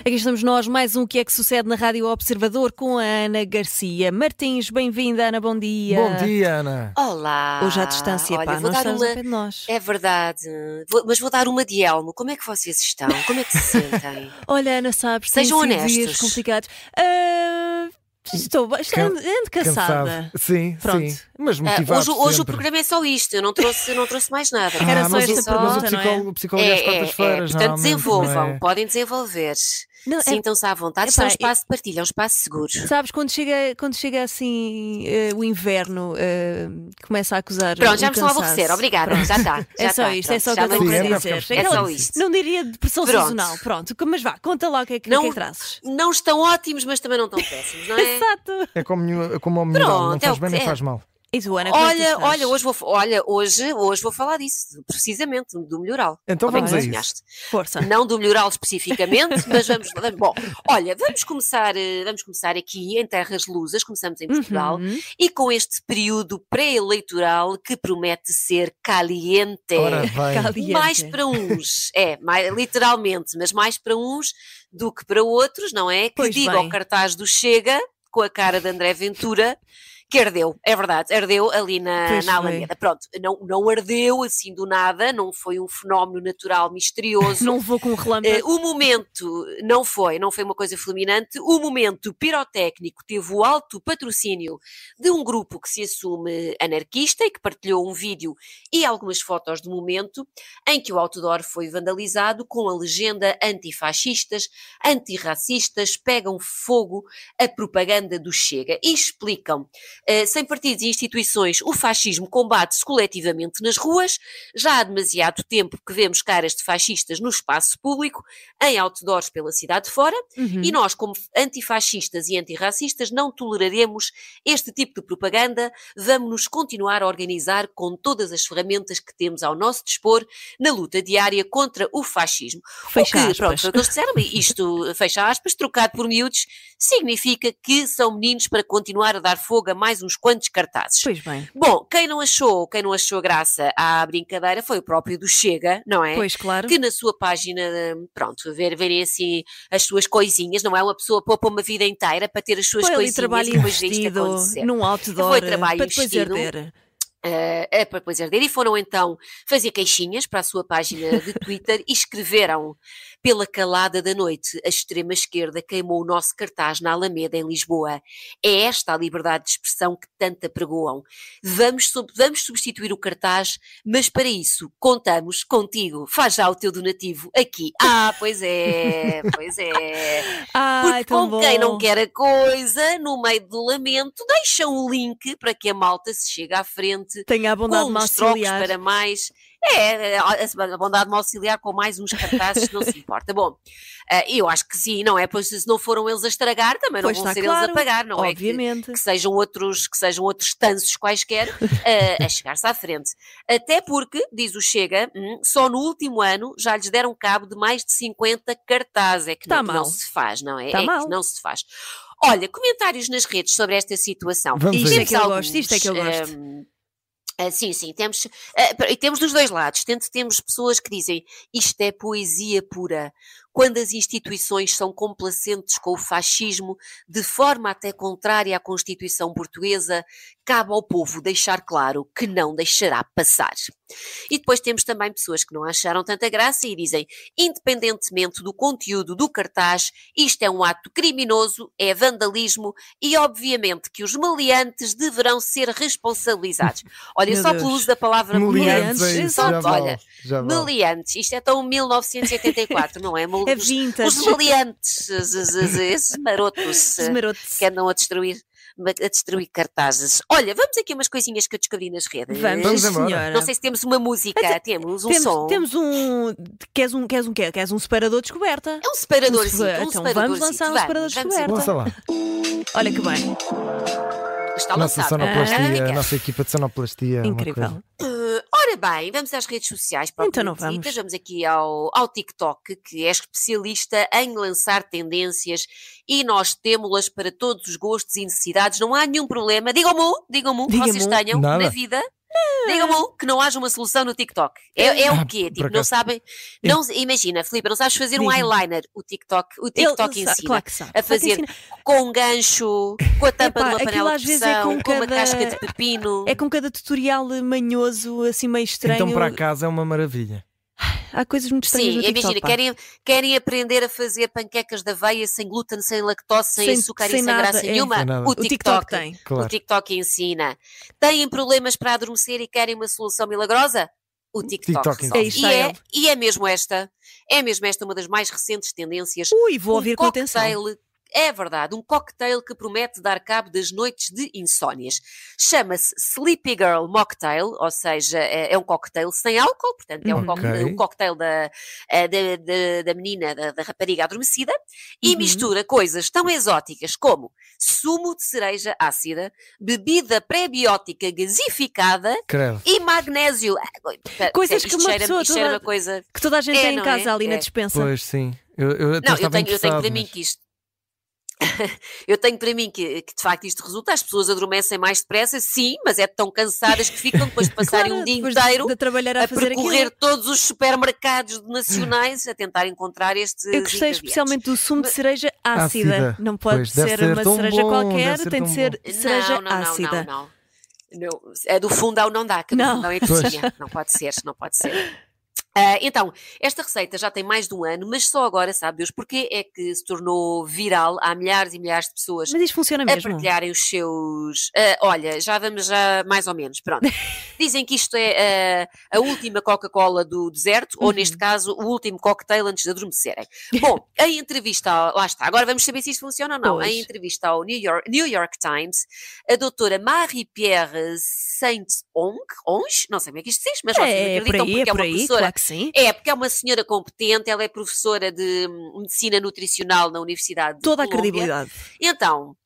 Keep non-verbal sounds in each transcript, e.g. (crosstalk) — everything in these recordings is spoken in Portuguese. Aqui estamos nós, mais um que é que sucede na Rádio Observador com a Ana Garcia. Martins, bem-vinda, Ana, bom dia. Bom dia, Ana. Olá! Hoje à distância, Olha, pá, vou não dar estamos uma... ao pé de nós. É verdade, Vou- mas vou dar uma de Elmo. Como é que vocês estão? Como é que se (laughs) sentem? Olha, Ana, sabes, Sejam têm sido dias honestos. complicados. Ah, estou bem, estou Can- ando ando cansada. Sim, Pronto. sim. Mas Ah, motivado hoje, hoje o sempre. programa é só isto, eu não trouxe, eu não trouxe mais nada. Ah, Era só mas esta o, mas o pergunta, não é? psicólogo, o psicólogo é, às quartas-feiras, portanto normalmente, não desenvolvam, é? podem desenvolver. Não, é- Sintam-se à vontade, isto é um Epá, espaço de partilha, é um espaço seguro. sabes, quando chega, quando chega assim eh, o inverno, eh, começa a acusar. Pronto, já o me estão a aborrecer, cansaço. obrigada, já está. (laughs) É já só está, isto, é pronto, só o que já eu tenho não Sim, para Ana, interessa. dizer. ficamos É só Aquela- isto. Não diria depressão Pronto. sazonal, pronto. Mas vá, conta lá o que é que, Não- o que é que trazes. Não estão ótimos, mas também não estão péssimos, não é? (laughs) Exato. É como, nenhum- como ao mineral, não Pronto, é o faz que bem nem é. faz mal. E tu, Ana, como é que tu Olha, estás? olha, hoje vou, olha, hoje, hoje vou falar disso, precisamente, do melhoral. Então Como é vamos que a tu isso. sonhaste? Força. Não do melhoral especificamente, mas vamos, vamos- Bom, olha, vamos começar, eh, vamos começar aqui em Terras Lusas, começamos em Portugal, Uhum. e com este período pré-eleitoral que promete ser caliente. Ora bem. Caliente. Mais para uns, é, mais, literalmente, mas mais para uns do que para outros, não é? Que Pois diga bem. ao cartaz do Chega, com a cara de André Ventura, que ardeu, é verdade, ardeu ali na, Pois na foi. Alameda. Pronto, não, não ardeu assim do nada, não foi um fenómeno natural (laughs) misterioso. Não vou com um Eh, relâmpago. o momento não foi, não foi uma coisa fulminante. O momento pirotécnico teve o alto patrocínio de um grupo que se assume anarquista e que partilhou um vídeo e algumas fotos do momento em que o outdoor foi vandalizado com a legenda antifascistas, antirracistas, pegam fogo a propaganda do Chega e explicam, eh, sem partidos e instituições, o fascismo combate-se coletivamente nas ruas já há demasiado tempo que vemos caras de fascistas no espaço público, em outdoors pela cidade fora, Uhum. É, e nós, como antifascistas e antirracistas, não toleraremos este tipo de propaganda. Vamos-nos continuar a organizar com todas as ferramentas que temos ao nosso dispor na luta diária contra o fascismo. Fecha o que, aspas. pronto, foi o que eles disseram, e (laughs) isto, fecha aspas, trocado por miúdos, significa que são meninos para continuar a dar fogo a mais uns quantos cartazes. Pois bem, Bom, quem não achou, quem não achou graça à brincadeira foi o próprio do Chega, não é? pois claro. Que na sua página, pronto, ver, verem assim as suas coisinhas, não é? Uma pessoa poupa uma vida inteira para ter as suas Foi ali coisinhas trabalho e depois vê isto investido acontecer. num outdoor eh, para trabalho depois investido. arder. Eh, eh, para depois arder. E foram então fazer queixinhas para a sua página de Twitter e escreveram: Pela calada da noite, a extrema-esquerda queimou o nosso cartaz na Alameda, em Lisboa. É esta a liberdade de expressão que tanto apregoam. Vamos, sub- vamos substituir o cartaz, mas para isso contamos contigo. Faz já o teu donativo aqui. Ah, pois é, pois é. (laughs) Ai, Porque Ah, tão com bom. quem não quer a coisa, no meio do lamento, deixam o link para que a malta se chegue à frente Tenha a bondade com de me uns trocos auxiliar. para mais. É, a a- a bondade de me auxiliar com mais uns cartazes, não se importa. Bom, eh, eu acho que sim, não é? Pois se não foram eles a estragar, também Pois não está vão ser claro, eles a pagar, não é? Que- Obviamente. que sejam outros, que sejam outros tansos quaisquer eh, a chegar-se à frente. Até porque, diz o Chega, hum, só no último ano já lhes deram cabo de mais de 50 cartazes. É que, Tá não, que não mal. se faz, não é? Tá é mal. que não se faz. Olha, comentários nas redes sobre esta situação. Vamos Isto a é isso. que eu Alguns, gosto, isto é que eu gosto. ehm, ah, sim, sim, temos, ah, pera- e temos dos dois lados. Tanto temos pessoas que dizem isto é poesia pura, quando as instituições são complacentes com o fascismo, de forma até contrária à Constituição portuguesa, cabe ao povo deixar claro que não deixará passar. E depois temos também pessoas que não acharam tanta graça e dizem, independentemente do conteúdo do cartaz, isto é um ato criminoso, é vandalismo e obviamente que os meliantes deverão ser (laughs) responsabilizados. Olha, Meu só Deus. pelo uso da palavra Meliantes, Meliantes, meliantes, é isso, exato, já vale, olha, já vale. meliantes, isto é tão 1984, não é? Mel- É os- vintage. os meliantes, es- es- es- esses marotos Os eh, marotos. que andam a destruir, ma- a destruir cartazes. Olha, vamos aqui a umas coisinhas que eu descobri nas redes. Vamos, Vamos sim, embora. senhora. Não sei se temos uma música, temos um temos, som. temos um. Queres um, queres um quê? Queres um separador de descoberta? É um separadorzinho, separa- um então separadorzinho. vamos lançar um separador vamos, vamos descoberto. Lança lá. Olha que bem. embora. Está Nossa lançado. sonoplastia, Ah, a nossa equipa de sonoplastia. é uma coisa. Incrível. Eh, ora bem, vamos às redes sociais para Então não vamos. vamos aqui ao, ao TikTok, que é especialista em lançar tendências e nós temos-las para todos os gostos e necessidades. Não há nenhum problema. Digam-me, um, digam-me um que Diga-me vocês um. tenham Nada. na vida Digam-me um, que não haja uma solução no TikTok. É, é o quê? Tipo, por não acaso. sabem. Não, imagina, Filipe, não sabes fazer um Diz-me. eyeliner. O TikTok, o Ele TikTok sa- ensina. claro que sabe. Só a que fazer ensina- Com um gancho, com a tampa Epá, de uma aquilo panela às de vezes é pressão, com com uma cada- casca de pepino. É com cada tutorial eh, manhoso, assim meio estranho. Então para casa é uma maravilha. Há coisas muito estranhas Sim, no TikTok. imagina, pá. querem, querem aprender a fazer panquecas de aveia sem glúten, sem lactose, sem, Sem- açúcar sem e sem nada, graça é. nenhuma. Sem nada. O O TikTok, TikTok tem. O Claro. TikTok ensina. Têm problemas para adormecer e querem uma solução milagrosa? O TikTok. TikTok resolve. ensina. É isto, é e, é, ele. e é mesmo esta, é mesmo esta uma das mais recentes tendências. Ui, vou um ouvir com atenção. cocktail, é verdade, um cocktail que promete dar cabo das noites de insónias. Chama-se Sleepy Girl Mocktail, ou seja, é, é um cocktail sem álcool, portanto é um, Ok. cocktail, um cocktail da, eh, da, da- da menina, da, da rapariga adormecida, e Uhum. mistura coisas tão exóticas como sumo de cereja ácida, bebida prebiótica gasificada Credo. e magnésio. Ah, Coisas isto que uma cheira- pessoa isto cheira toda- uma coisa... Que toda a gente É, tem em não casa é? ali na É. dispensa. Pois sim. Eu, eu até Não, eu estava tenho, eu tenho interessado, para mim mas- que isto. (laughs) eu tenho para mim que, que de facto isto resulta. As pessoas adormecem mais depressa, sim, mas é tão cansadas que ficam (laughs) depois de passarem Claro, um dia depois inteiro de, de trabalhar a, a fazer aquilo. percorrer todos os supermercados nacionais a tentar encontrar estes. Eu gostei ingredientes. especialmente do sumo de cereja ácida. Ácida. Não pode Pois, deve ser ser uma tão cereja bom, qualquer, deve ser tem de tão ser cereja Não, não, não, ácida. não, não. Não, É do fundão não dá, que do Não. fundão é cozinha. Não pode ser, não pode ser. Ah, então, esta receita já tem mais de um ano, mas só agora, sabe Deus, porque é que se tornou viral há milhares e milhares de pessoas Mas isto funciona a mesmo. É partilharem os seus. Ah, olha, já vamos já mais ou menos, pronto. (laughs) Dizem que isto é ah, a última Coca-Cola do deserto, ou neste Uhum. caso, o último cocktail antes de adormecerem. Bom, em entrevista, ao- lá está, agora vamos saber se isto funciona ou não. Pois. Em entrevista ao New York, New York Times, a doutora Marie-Pierre Saint-Onge, Onge? não sei como é que isto se diz, mas vocês É, é por acreditam aí, porque é é por uma aí, professora claro que sim. é, porque é uma senhora competente, ela é professora de hum, medicina nutricional na Universidade de Toda a Colômbia. credibilidade. Então,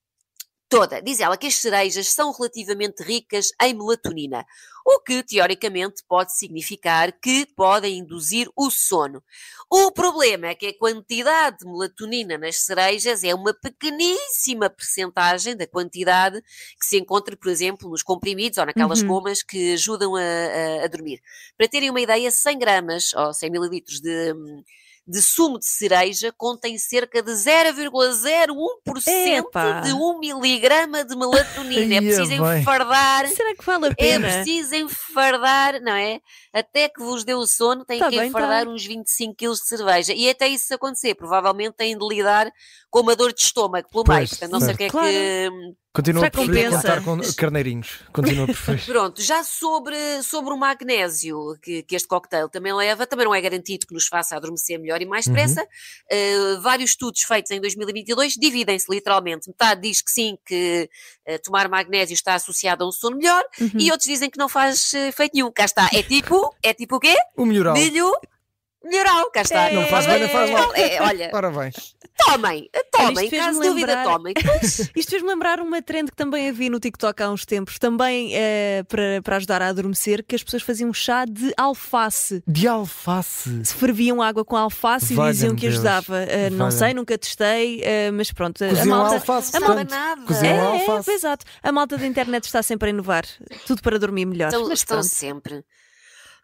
toda, diz ela que as cerejas são relativamente ricas em melatonina, o que teoricamente pode significar que podem induzir o sono. O problema é que a quantidade de melatonina nas cerejas é uma pequeníssima percentagem da quantidade que se encontra, por exemplo, nos comprimidos ou naquelas Uhum. gomas que ajudam a, a- a dormir. Para terem uma ideia, 100 gramas ou 100 mililitros de, hum, de sumo de cereja contém cerca de 0,01% Epá. de 1 miligrama de melatonina. é Ia preciso bem. enfardar. Será que vale a É pena? preciso enfardar, não é? Até que vos dê o sono, têm Tá que bem, enfardar tá. uns 25 quilos de cerveja. E até isso acontecer, provavelmente têm de lidar com uma dor de estômago pelo meio. Pois, Portanto, não sei o que é claro. que. Continua Será a preferir que compensa? contar com (laughs) carneirinhos. Continua a preferir. Pronto, já sobre, sobre o magnésio que, que este cocktail também leva, também não é garantido que nos faça adormecer melhor e mais Uhum. depressa. Eh, vários estudos feitos em 2022 dividem-se literalmente. Metade diz que sim, que eh, tomar magnésio está associado a um sono melhor Uhum. e outros dizem que não faz eh, efeito nenhum. Cá está, é tipo, é tipo o quê? O melhoral. Milho, melhoral, cá está. Não faz bem, não faz mal. É, olha, Ora bem. tomem, tomem, fez-me caso de dúvida lembrar- tomem. Pois, Isto fez-me lembrar uma trend que também havia no TikTok há uns tempos, também eh, para, para ajudar a adormecer, que as pessoas faziam chá de alface. De alface. Se ferviam água com alface e Valha-me diziam que Deus. ajudava. Eh, não Valha-me. sei, nunca testei, eh, mas pronto, a Coziam malta. alface. a malta- portanto. nada. É, cozinham é, alface. exato. A malta da internet está sempre a inovar. Tudo para dormir melhor. Estão, Mas estão pronto. sempre.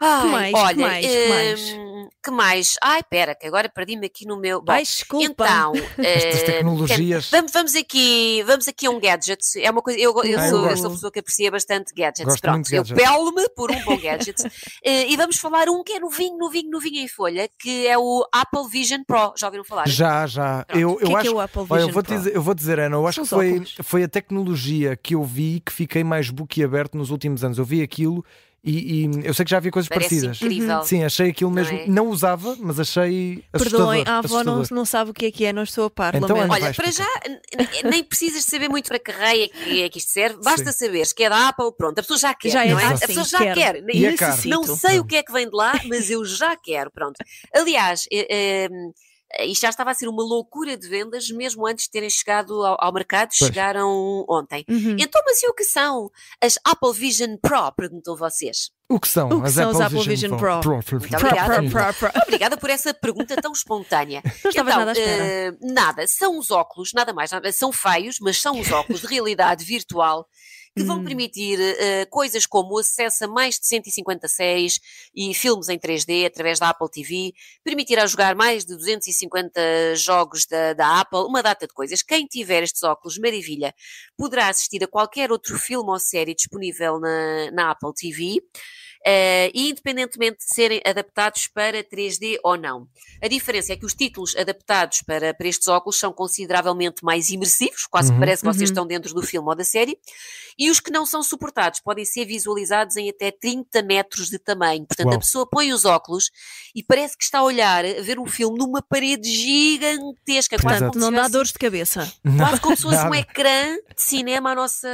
Ai, mais? Que olha, mais? Que mais? hum, que mais? Ai, pera, que agora perdi-me aqui no meu. Bom, Ai, desculpa. (laughs) então, Estas Eh, hum, tecnologias. vamos, vamos aqui, vamos aqui a um gadget. É uma coisa, eu, go- eu Ah, eu sou, eu gosto. sou pessoa que aprecia bastante gadgets. Gosto Pronto, muito de eu gadgets. pelo-me por um bom (laughs) gadget. Eh, e vamos falar um que é novinho, novinho, novinho em folha, que é o Apple Vision Pro. Já ouviram falar? Já, já. Pronto. Eu, O que eu é que acho é o Apple Vision Olha, eu vou, Pro? te dizer, eu vou dizer, Ana, eu São acho que os foi, óculos. foi a tecnologia que eu vi que fiquei mais boquiaberto nos últimos anos. Eu vi aquilo e, e eu sei que já havia coisas Parece parecidas. Uhum. incrível. Sim, achei aquilo Não mesmo. Não, é? usava, mas achei assustador. Perdoem, a avó não, assustador. não sabe o que é que é, não estou a par, Então, lamento. Ana, Olha, vais para já n- n- nem precisas de saber muito para que raio é que, é que isto serve, basta saberes que é da Apple, pronto, a pessoa já quer, Já é não é? da A Apple, pessoa sim, já quero. quer. E é caro. Necessito. Não sei o que é que vem de lá, mas eu já quero, pronto. Aliás, eh, eh, isto já estava a ser uma loucura de vendas, mesmo antes de terem chegado ao, ao mercado, Pois. chegaram ontem. Uhum. Então, mas e o que são as Apple Vision Pro? Perguntam vocês. O que são? O que as são os Apple Apple Vision Pro? Muito Pro, obrigada. pro, pro, (laughs) pro. Obrigada por essa pergunta tão espontânea. Não estavas Então, nada à espera. eh, nada, são os óculos, nada mais, nada, são feios, mas são os óculos de realidade virtual que Hum. vão permitir eh, coisas como o acesso a mais de 150 séries e filmes em 3D através da Apple TV, permitirá jogar mais de 250 jogos da, da Apple, uma data de coisas. Quem tiver estes óculos, maravilha, poderá assistir a qualquer outro filme ou série disponível na, na Apple TV. eh, e independentemente de serem adaptados para 3D ou não. A diferença é que os títulos adaptados para, para estes óculos são consideravelmente mais imersivos, quase Uhum. que parece que vocês Uhum. estão dentro do filme ou da série, e os que não são suportados podem ser visualizados em até 30 metros de tamanho. Portanto, Uau. a pessoa põe os óculos e parece que está a olhar, a ver um filme numa parede gigantesca, quase Portanto, como, não se dá tivesse- dores de cabeça. quase como se fosse um Nada. ecrã de cinema à nossa.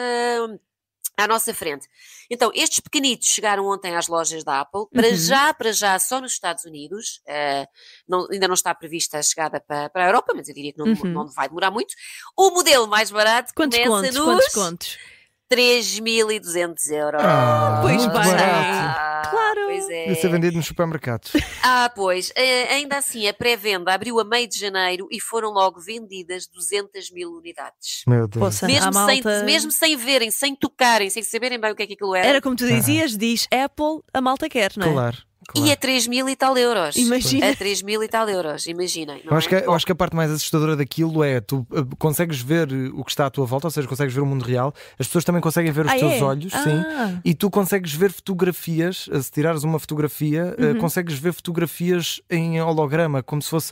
À nossa frente. Então, estes pequenitos chegaram ontem às lojas da Apple, para Uhum. já, para já, só nos Estados Unidos, eh, não- ainda não está prevista a chegada para, para a Europa, mas eu diria que não, Uhum. não vai demorar muito. O modelo mais barato Quantos começa contos? nos... Quantos contos? 3.200 euros. Ah, Pois Ah, bem. Claro. Claro. Pois é. Isso é vendido nos supermercados. Ah, pois. eh, ainda assim, a pré-venda abriu a meio de janeiro e foram logo vendidas 200 mil unidades. Meu Deus. Poça, Mesmo à sem, malta... mesmo sem verem, sem tocarem, sem saberem bem o que é que aquilo era. Era como tu dizias, diz Apple, a malta quer, não é? Claro. E a claro. 3 mil e tal euros. Imagina. A 3 mil e tal euros, imaginem. não Eu acho, é? que, eu Bom, acho que a parte mais assustadora daquilo é tu uh, consegues ver uh, o que está à tua volta, ou seja, consegues ver o mundo real, as pessoas também conseguem ver os Ah, teus é? olhos, sim. Ah, E tu consegues ver fotografias, eh, se tirares uma fotografia, Uhum. eh, consegues ver fotografias em holograma, como se fosse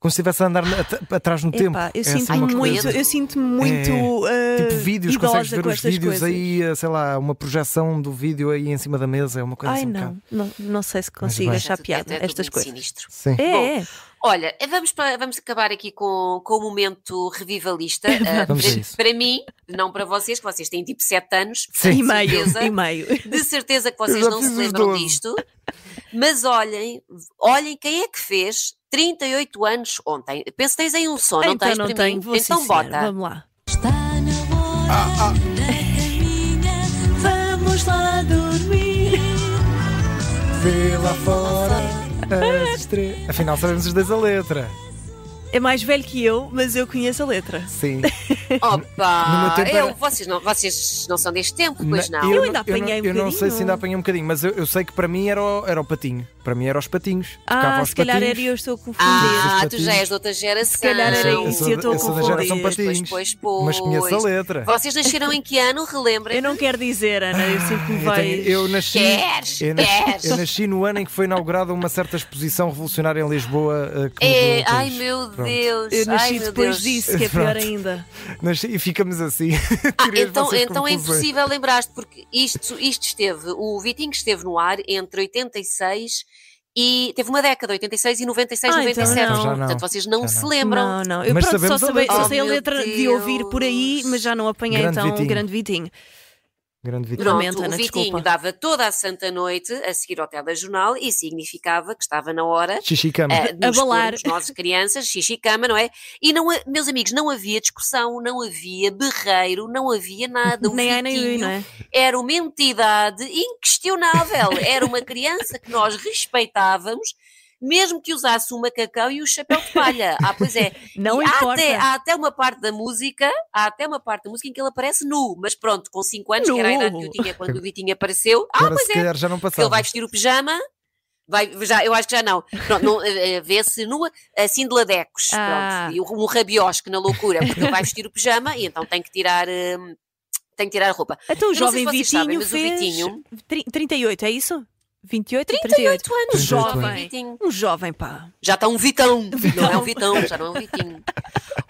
como se estivesse a andar na- at- atrás no tempo. epá, eu assim sinto uma muito, coisa. eu sinto-me muito eh, Tipo vídeos, idosa consegues ver com os estas vídeos coisas. aí, eh, sei lá, uma projeção do vídeo aí em cima da mesa, é uma coisa Ai assim um não, bocado- assim. não, não sei se consigo bem. é achar tudo- piada é tudo estas muito coisas. Sinistro. Sim. É, é. (laughs) Olha, eh, vamos, para- vamos acabar aqui com, com o momento (laughs) revivalista. Ah, Vamos a para- isso. para mim, não para vocês, que vocês têm tipo 7 anos. Sim. e meio, certeza. e meio. De certeza que Eu vocês já não se fiz os lembram 12. disto, mas olhem, olhem quem é que fez 38 anos ontem. Penso que tens aí um som, não (laughs) então tens não para tenho, mim? vou então sim, senhora, bota. Vamos lá. Está na hora Ah, da caminha, vamos lá dormir. Vê lá Ah, fora as estrelas. Afinal, sabemos os dois a letra. É mais velho que eu, mas eu conheço a letra. Sim. No meu Opa! tempo eu- era- vocês, não, vocês não são deste tempo, pois Na- não? Eu ainda não- apanhei um eu não sei se ainda bocadinho. apanhei um bocadinho, mas eu, eu sei que para mim era o, era o patinho. Para mim era os patinhos. Tocava Ah, aos se calhar patinhos. era eu estou a confundir. Ah, Os tu já és de outra geração. Se calhar era Eu sou- isso, eu eu estou a sou da confundir. geração Pois, patinhos. pois, pois, Mas conheço a pois. letra. Vocês nasceram em que ano? Relembrem. Eu não quero dizer, Ana, eu sinto que me Ah, Eu, tenho- vais. eu nasci, Queres, eu, nas- queres. eu nasci no ano em que foi inaugurada uma certa exposição revolucionária em Lisboa. eh, que mudou É, o país. ai meu Pronto. Deus! Eu ai, nasci meu depois Deus. disso, que é pior (laughs) Pronto. ainda. Nasci- e ficamos assim. (laughs) Ah, Tirei as então vossas então é conclusões. impossível lembrar-te, porque isto, isto esteve, o Vitinho esteve no ar entre 86 e. teve uma década, 86 e 96, Ah, então 97. não. Então já não. Portanto, vocês não Já se não. lembram. Não, não. Eu Mas pronto, só, sabemos a sabei- só letra. sei a Oh, meu letra de ouvir por aí, Deus. mas já não apanhei Grande então o Vitinho. grande Vitinho. Grande vitória. Não. Pronto, Lamento, o Ana, Vitinho desculpa. dava toda a santa noite a seguir ao telejornal e significava que estava na hora Xixi cama. eh, de nos Abalar. pormos nós crianças, xixi cama, não é? E não, ha- meus amigos, não havia discussão, não havia berreiro, não havia nada. O Nem ai nem ui, Vitinho não é? era uma entidade inquestionável, era uma criança que nós respeitávamos. Mesmo que usasse o macacão e o chapéu de palha. Ah, pois é. Não E há, importa. até, há até uma parte da música, há até uma parte da música em que ele aparece nu, mas pronto, com 5 anos, que era a idade que eu Nu. tinha quando o Vitinho apareceu. Ah, Agora pois se é, calhar já não porque ele passava. vai vestir o pijama. Vai, já, eu acho que já não. Pronto, não, eh, eh, Vê-se nua, assim de ladecos. Ah. Pronto, e um rabiosque na loucura, porque ele vai vestir o pijama e então tem que tirar. eh, tem que tirar a roupa. Então o Eu não sei jovem se vocês Vitinho sabem, mas o fez Vitinho- tri- 38, é isso? 28 ou 38? 8 anos, 38 jovem anos. Vitinho. Um jovem, pá. Já está um (laughs) Vitão. Não é um Vitão, já não é um Vitinho.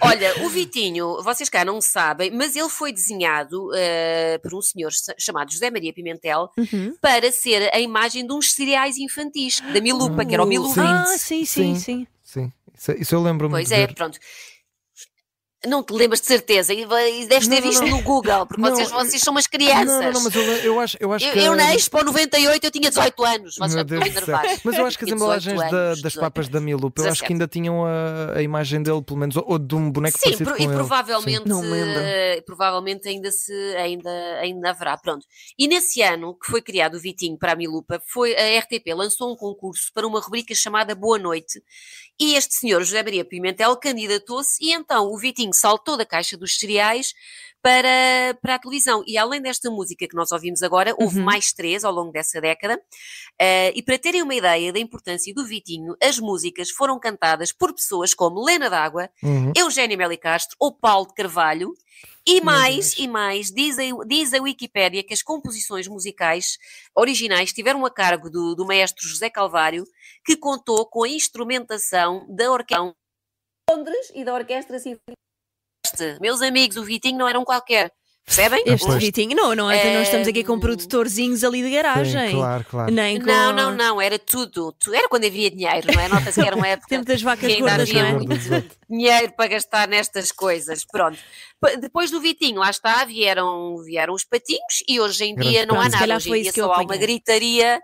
Olha, o Vitinho, vocês cá não sabem, mas ele foi desenhado eh, por um senhor sa- chamado José Maria Pimentel Uhum. para ser a imagem de uns cereais infantis, da Milupa, que era o Milupa. Ah, sim, sim, Sim. sim. Sim, isso, isso eu lembro-me. Pois de é, ver. pronto. Não te lembras de certeza, e vai- e deves Não, ter não, visto não. no Google, porque Não, vocês, eu- vocês são umas Não, crianças. não, não, mas eu, le- eu acho, eu acho eu, que. é eu na Expo 98 eu tinha 18 anos, vocês já Meu estão Deus do céu. enervados. Mas eu acho que as Tinha 18 embalagens da- Tipo, anos, das 18. papas da Milupa, eu acho 17. que ainda tinham a, a imagem dele, pelo menos, ou, ou de um boneco Sim, parecido pro- com e ele. provavelmente, Não me lembro. eh, provavelmente ainda, se, ainda, ainda haverá. Pronto. E nesse ano que foi criado o Vitinho para a Milupa, foi, a RTP lançou um concurso para uma rubrica chamada Boa Noite. E este senhor, José Maria Pimentel, candidatou-se e então o Vitinho saltou da caixa dos cereais para, para a televisão. E além desta música que nós ouvimos agora, houve Uhum. mais três ao longo dessa década. Eh, e para terem uma ideia da importância do Vitinho, as músicas foram cantadas por pessoas como Lena D'Água, Uhum. Eugénio Meli Castro ou Paulo de Carvalho. E mais, e mais, diz a, diz a Wikipédia que as composições musicais originais tiveram a cargo do, do maestro José Calvário, que contou com a instrumentação da Orquestra de Londres e da Orquestra Sinfónica. de Oeste. Meus amigos, o Vitinho não era um qualquer, percebem? Este Ah, pois. Vitinho, não, não, é, É, não estamos aqui com hum. produtorzinhos ali de garagem. Sim, claro, claro. Nem com... Não, não, não, era tudo. Tu- Era quando havia dinheiro, não é? Nota-se que era uma época. Tempo das vacas Quem dá gordas, Deixa não dinheiro? é? eu ver, exato. dinheiro para gastar nestas coisas. Pronto. P- Depois do Vitinho, lá está, vieram, vieram os patinhos e hoje em Grande dia não há Pronto, se nada. calhar Hoje foi em dia isso que eu só há uma apanhei. (laughs) gritaria.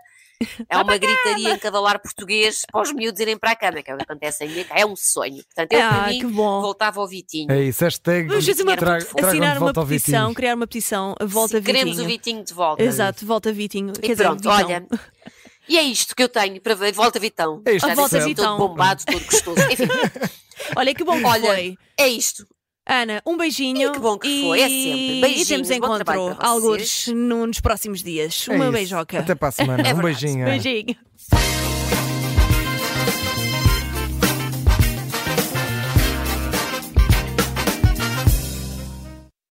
Há uma gritaria em cada lar português para os miúdos irem para a cama, que é o que acontece em minha casa. É um sonho. Portanto, eu para Ah, mim que bom. voltava ao Vitinho. É isso, hashtag. Vamos fazer uma- traga- tragam de Assinar uma volta ao petição, Vitinho. criar uma petição, volta Se Queremos o Vitinho. Vitinho de volta. Exato, volta Vitinho. é E Quer dizer, pronto, Vitão. olha. E é isto que eu tenho para ver. Volta Vitão. É isto, Já Volta disse, Vitão. Todo bombado, todo gostoso. Enfim, Olha que bom que Olha, foi. é isto. Ana, um beijinho. E que bom que foi, é sempre. E Beijinhos, temos bom trabalho encontro para vocês. alguns nos próximos dias. É Uma isso. beijoca. É Até para a semana. um verdade. beijinho. Ana. Beijinho.